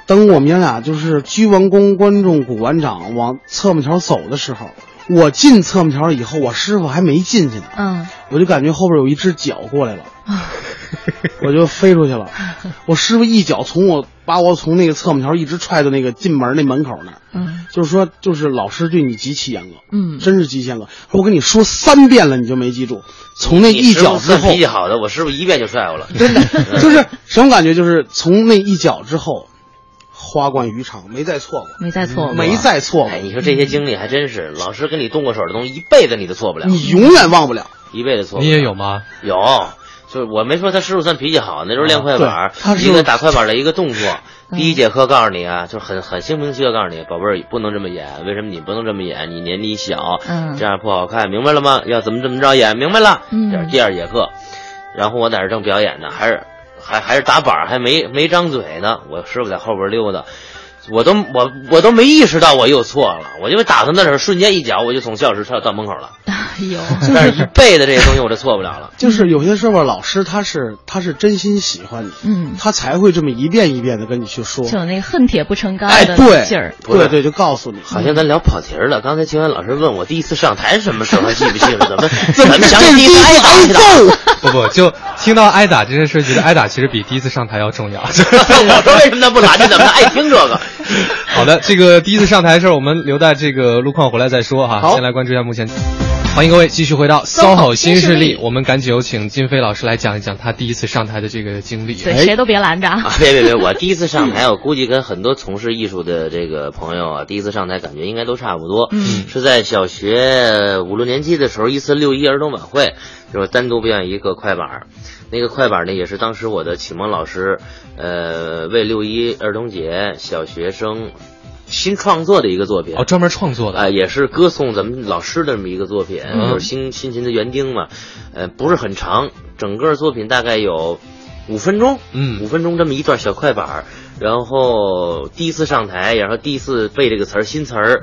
等我们爷俩就是鞠完躬，观众鼓完掌，往侧门桥走的时候，我进侧门桥以后，我师傅还没进去呢，
嗯
我就感觉后边有一只脚过 来了，我就飞出去了。我师傅一脚从我把我从那个侧门桥一直踹到那个进门那门口那儿，
嗯
就是说就是老师对你极其严格。
嗯，
真是极限了！我跟你说三遍了，你就没记住。从那一脚之
算
后
脾，气 好的，我师傅一遍就踹我了。
真的就是什么感觉？就是从那一脚之后，花冠鱼肠没再错过，
没再错过，
没再错
哎，你
过，
说这些经历还真是，老师跟你动过手的东西，一辈子你都错不了，
你永远忘不了。
一辈子错不了。
你也有吗？
有，就是我没说他师傅算脾气好，那时候练快板儿
啊对他，是哎
一个打快板儿的一个动作。第一节课告诉你啊，就是很很心平气和告诉你，宝贝儿不能这么演，为什么你不能这么演？你年纪小，
嗯
这样不好看，明白了吗？要怎么怎么着演，明白了。
嗯
这是第二节课，然后我在这儿正表演呢，还是还还是打板儿，还没没张嘴呢，我师傅在后边溜达。我都我我都没意识到我又错了，我因为打他那时候瞬间一脚，我就从教室跳到门口了。
哎 呦，
但是一辈子这些东西我就错不了了。
就是有些时候老师他是他是真心喜欢你，
嗯，
他才会这么一遍一遍的跟你去说。
就有那个恨铁不成钢
哎，
的劲
对
儿，，
不是
对对，就告诉你，
好像咱聊跑题儿了。刚才秦源老师问我第一次上台是什么 时候，还记不记得？咱们咱们想
这
起
是
第一次挨打去了。
挨揍。啊
不不，就听到挨打这件事，觉得挨打其实比第一次上台要重要。
我说为什么他不打这？怎么他爱听这个？
好的，这个第一次上台的事儿，我们留待这个路况回来再说哈。
好
先来关注一下目前。欢迎各位继续回到
SOHO
SOHO 新
新势
势
力
力，我们赶紧有请金飞老师来讲一讲他第一次上台的这个经历。
对，
哎
谁都别拦着啊！
啊，别别别！我第一次上台，我估计跟很多从事艺术的这个朋友啊，第一次上台感觉应该都差不多。
嗯，
是在小学五六年级的时候，一次六一儿童晚会，就是单独表演一个快板儿。那个快板儿呢，也是当时我的启蒙老师，呃，为六一儿童节小学生新创作的一个作品。
哦，专门创作
啊、
的，
也是歌颂咱们老师的这么一个作品，
嗯
就是新新琴的园丁嘛，呃，不是很长，整个作品大概有五分钟，
嗯
五分钟这么一段小快板儿，然后第一次上台，然后第一次背这个词儿新词儿，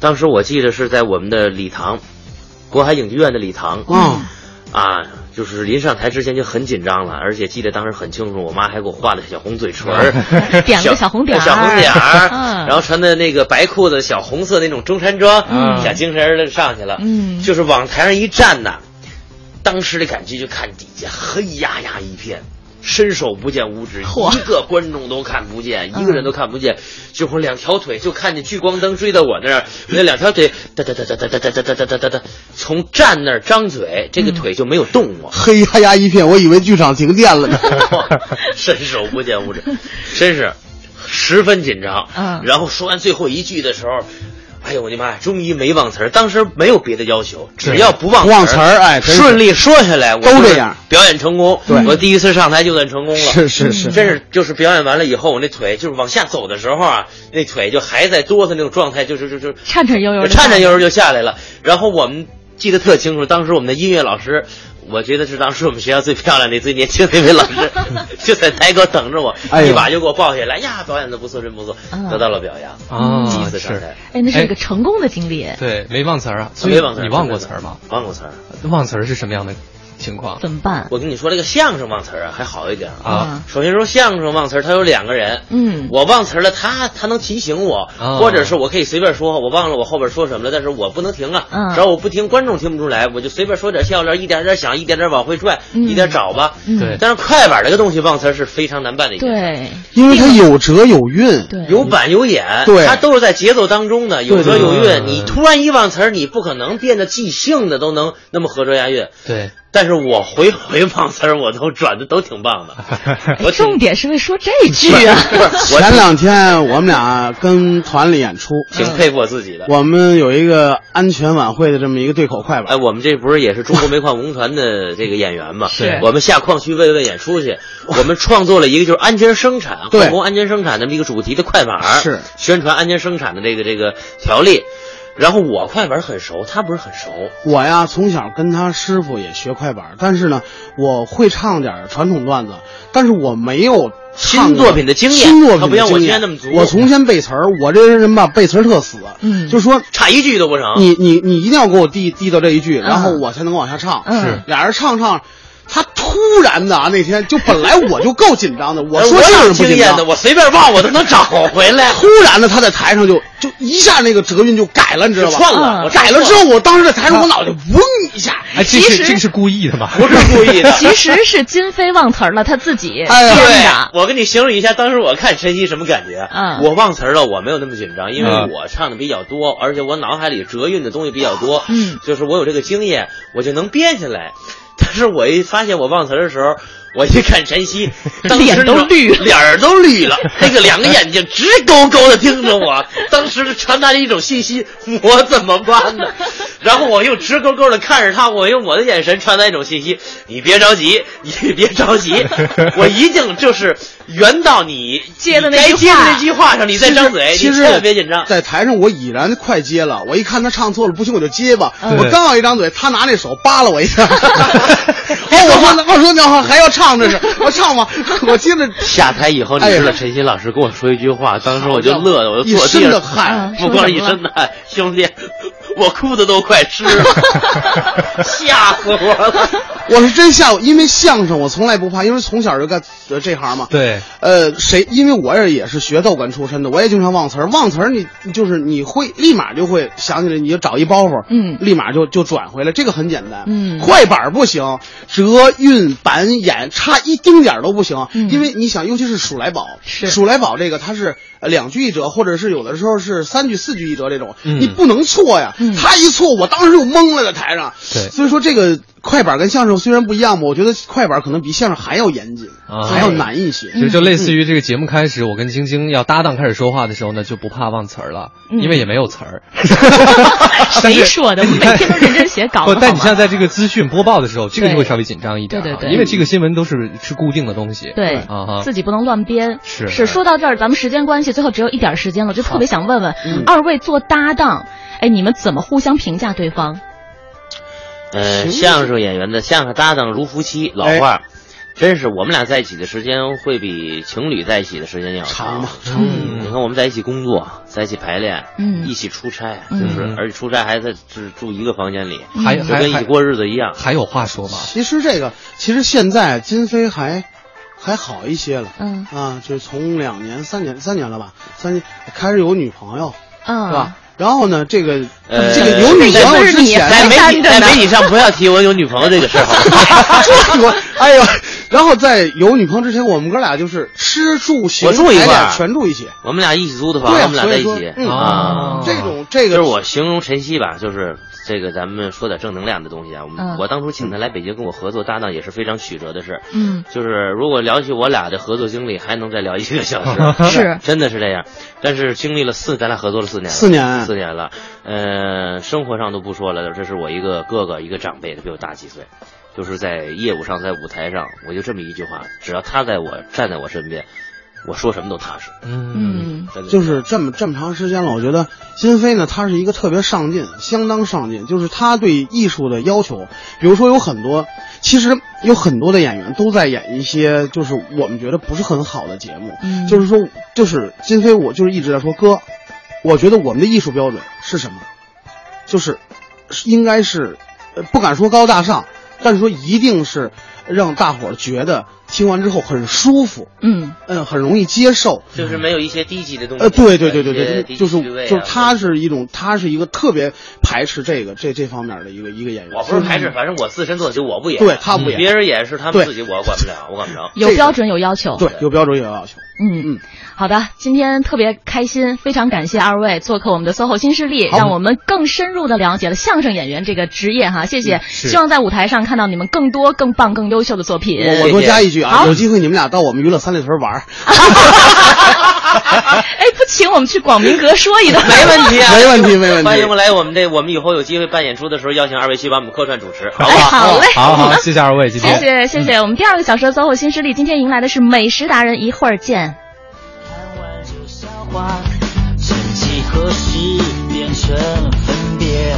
当时我记得是在我们的礼堂，国海影剧院的礼堂，
啊，
啊，就是临上台之前就很紧张了，而且记得当时很清楚，我妈还给我画的小红嘴唇儿
嗯点了个小红点儿
小红点儿，
嗯
然后穿的那个白裤子、小红色那种中山装，
嗯
小精神儿的上去了，
嗯
就是往台上一站呐，当时的感觉就看底下黑压压一片。伸手不见五指，
嚯
一个观众都看不见，
嗯
一个人都看不见，就会两条腿就看见聚光灯追到我那儿，那两条腿哒哒哒哒哒哒哒哒哒哒哒哒，从站那儿张嘴，这个
嗯
腿就没有动 过，
黑压压一片，我以为剧场停电了呢。
伸手不见五指，真是十分紧张。
嗯
然后说完最后一句的时候，哎呦我的妈呀，终于没忘词儿。当时没有别的要求，只要不忘
不忘词儿哎真是
顺利说下来，我
都
就是
这样
表演成功。
对
我第一次上台就算成功了。
是是 是，
真是就是表演完了以后，我那腿就是往下走的时候啊，那腿就还在哆嗦那种状态，就是就就
颤颤悠悠
就
的，
颤颤悠悠就下来了。然后我们记得特清楚，当时我们的音乐老师，我觉得是当时我们学校最漂亮的、最年轻的一位 老师，就在台口等着我，
哎呦
一把就给我抱下来呀，表演的不错，真不错
嗯，
得到了表扬。
啊
第一次上
是
台，
哎，那是一个成功的经
哎
历，
对，没忘词儿啊，所以
没忘词儿，
你忘过词儿吗？？
忘过词儿。
忘词儿是什么样的情况？
怎么办？
我跟你说，这个相声忘词儿啊，还好一点啊。
啊，
首先说相声忘词儿，它有两个人，
嗯
我忘词儿了，他他能提醒我，
哦
或者是我可以随便说，我忘了我后边说什么了，但是我不能停啊，
嗯
只要我不停，观众听不出来，我就随便说点笑料，一点点想，一点点往回拽，
嗯
一点找吧。
嗯
对
但是快板这个东西忘词儿是非常难办的一件事，
对
因为它有折有韵，
对，
有板有眼，
对
它都是在节奏当中的，有
对
辙有
对对
韵。你突然一忘词儿，你不可能变得即兴的都能那么合辙押韵。
对，
但是我回回忘词儿，我都转的都 挺棒的。
哎
我挺
重点是为说这句啊，
我
前两天我们俩跟团里演出，
挺佩服我自己的。
我们有一个安全晚会的这么一个对口快
哎，
板，
我们这不是也是中国煤矿文工团的这个演员嘛？
是
我们下矿区慰问演出去，我们创作了一个就是安全生产、
对
矿工安全生产这么一个主题的快板儿，
是
宣传安全生产的这个这个条例。然后我快板很熟，他不是很熟，
我呀从小跟他师傅也学快板，但是呢，我会唱点传统段子，但是我没有唱
新作品的经验
新作品
他
的
不像我
经
经验
验
那么足
我从前背词儿，我这人吧背词儿特死，
嗯
就说
差一句都不成。
你你你一定要给我递递到这一
嗯
句，然后我才能往下唱。
嗯是
俩人唱唱，他突然的啊，那天就本来我就够紧 张的，我
哎
说
我
相
有
声不啊
经
紧
验
张
的，，我随便忘我都能找回 来。
突然的他在台上就就一下那个折韵就改了，你知道
就
吧？
窜了嗯
嗯
我
改了之后，我当时在台上我脑袋嗡一下，
哎，
其
这是
实
这个是故意的吧？
不是故意 的。
其实是金飞忘词儿了，他自己编
哎呀
的。
我跟你形容一下，当时我看晨曦什么感觉？
嗯
我忘词儿了，我没有那么紧张，因为
嗯
我唱的比较多，而且我脑海里折韵的东西比较多，
嗯，
就是我有这个经验，我就能编下来。但是我一发现我忘词儿的时候，我一看 晨曦，当时
脸都
那种
绿了
脸儿都绿了，那个两个眼睛直勾勾的盯着 我，当时传达了一种信息，我怎么办 呢？然后我又直勾勾的看着他，我用我的眼神传达一种信息：你别着急，你别着 急，我一定就是圆到你
接的那
该
句
接的
话
那句话上，你再张嘴，
其
你
实
千万别紧张。
在台上我已然快接了，我一看他唱错了，不行我就接吧。
嗯
我刚要一张嘴，他拿那手扒拉我一下。哦，我说我说你好还要唱这是？我唱吧，我接着
下台以后，你
哎呀
知道陈曦老师跟我说一句话，当时我就乐的，我就
一
坐地
身的
上，
汗。
嗯
不光是一身的汗，兄弟，我裤子都快湿 了，吓死我了。
我是真吓我，因为相声我从来不怕，因为从小就干呃这行嘛。
对，
呃，谁？因为我也也是学道馆出身的，我也经常忘词儿。忘词儿，你就是你会立马就会想起来，你就找一包袱，
嗯
立马就就转回来，这个很简单。
嗯
快板儿不行，折韵板眼差一丁点儿都不行，
嗯
因为你想，尤其是数来宝，
是
数来宝这个它是呃呃两句一折，或者是有的时候是三句、四句一折这种，
嗯
你不能错呀。
嗯
他一错，我当时就懵了，在台上。
对
所以说这个快板跟相声虽然不一样吧，我觉得快板可能比相声还要严谨，
啊
还要难一些。
嗯
其实就类似于这个节目开始，我跟晶晶要搭档开始说话的时候呢，就不怕忘词儿了，
嗯
因为也没有词儿。 但
谁
是
说的？我
你
每
看
天都认真写稿
不，
子，
但你
好
像
吗？
在这个资讯播报的时候，这个就
对
会稍微紧张一点啊，
对对对
因为这个新闻都是是固定的东西。
对
啊哈，
自己不能乱编。
是
是，说到这儿，咱们时间关系，最后只有一点儿时间了，就特别想问问
嗯
二位做搭档，哎，你们怎么互相评价对方？
呃，
行
相声演员的相声搭档如夫妻，老
哎
话儿，真是我们俩在一起的时间会比情侣在一起的时间要
长
长
嘛。
嗯
你看我们在一起工作，在一起排练，
嗯
一起出差，
嗯
就是而且出差还在就是住一个房间里，
嗯
还
就
还
跟一起
还
过日子一样。
还有话说吗？
其实这个，其实现在金飞还还好一些了。
嗯
啊，就是从两年、三年、三年了吧，三年开始有女朋友，是
嗯
吧？，然后呢，这个
呃
这个有女朋友之前，
在媒
单
体
着
在
呢
媒体上不要提我有女朋友这个事儿，好吗
我哎呦，然后在有女朋友之前，我们哥俩就是吃住行
我住一块儿
排练全住一起。
我们俩一起租的房，
对啊
我们俩在一
所以
起
说嗯
啊。
这种这
就是
个
我形容晨曦吧，就是这个咱们说点正能量的东西啊。我
嗯
们我当初请他来北京跟我合作搭档也是非常曲折的事儿，
嗯
就是如果聊起我俩的合作经历，还能再聊一个 小时，
是
真的是这样。但是经历了四，咱俩合作了四年了，
四年
四年了。呃，生活上都不说了，这是我一个哥哥，一个长辈，他比我大几岁。就是在业务上，在舞台上，我就这么一句话：只要他在我站在我身边，我说什么都踏实。
嗯
嗯
真的
就是这么这么长时间了，我觉得金飞呢，他是一个特别上进，相当上进，就是他对艺术的要求，比如说有很多，其实有很多的演员都在演一些就是我们觉得不是很好的节目，
嗯
就是说，就是金飞，我就是一直在说哥，我觉得我们的艺术标准是什么，就是是应该是，呃，不敢说高大上，但是说一定是让大伙儿觉得听完之后很舒服，
嗯
嗯，很容易接受，
就是没有一些低级的东西。
呃，对对对对
一些
对，
低级
就是
趣味啊
就是他是一种，他是一个特别排斥这个这这方面的一个一个演员。
我不是排斥，反正我自身做的就我不演，
对他不演
别人演是他们
对
自己，我管不了，我管不着。
有标准有要求。
对，有标准有要求。
嗯
嗯，
好的，今天特别开心，非常感谢二位做客我们的 SOHO 新势力，
好
让我们更深入的了解了相声演员这个职业哈，谢谢。
是
希望在舞台上看到你们更多、更棒、更优秀的作品。
我我多加一句啊，有机会你们俩到我们娱乐三里屯玩儿，
哎，不请我们去广明阁说一顿，
没问题啊，
没问题没问题
欢迎来我们这，我们以后有机会办演出的时候，邀请二位去把我们客串主持，好
哎，
不好？
好嘞，
好好，谢谢二位，今
谢
天
谢谢谢。我们第二个小时的 SOHO 新势力，今天迎来的是美食达人，一会儿见。
看完就消化，曾几何时变成分别，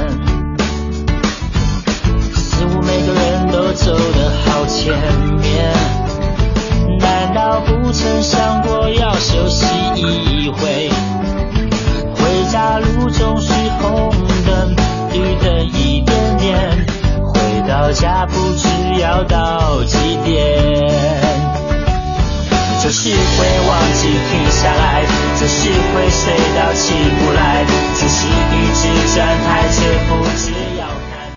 似乎每个人都走得好前面。难道不曾想过要休息一回？回家路总是红灯绿灯一点点，回到家不知要到几点。这是会忘记停下来，这是会睡到起不来，这是一直站台却不知。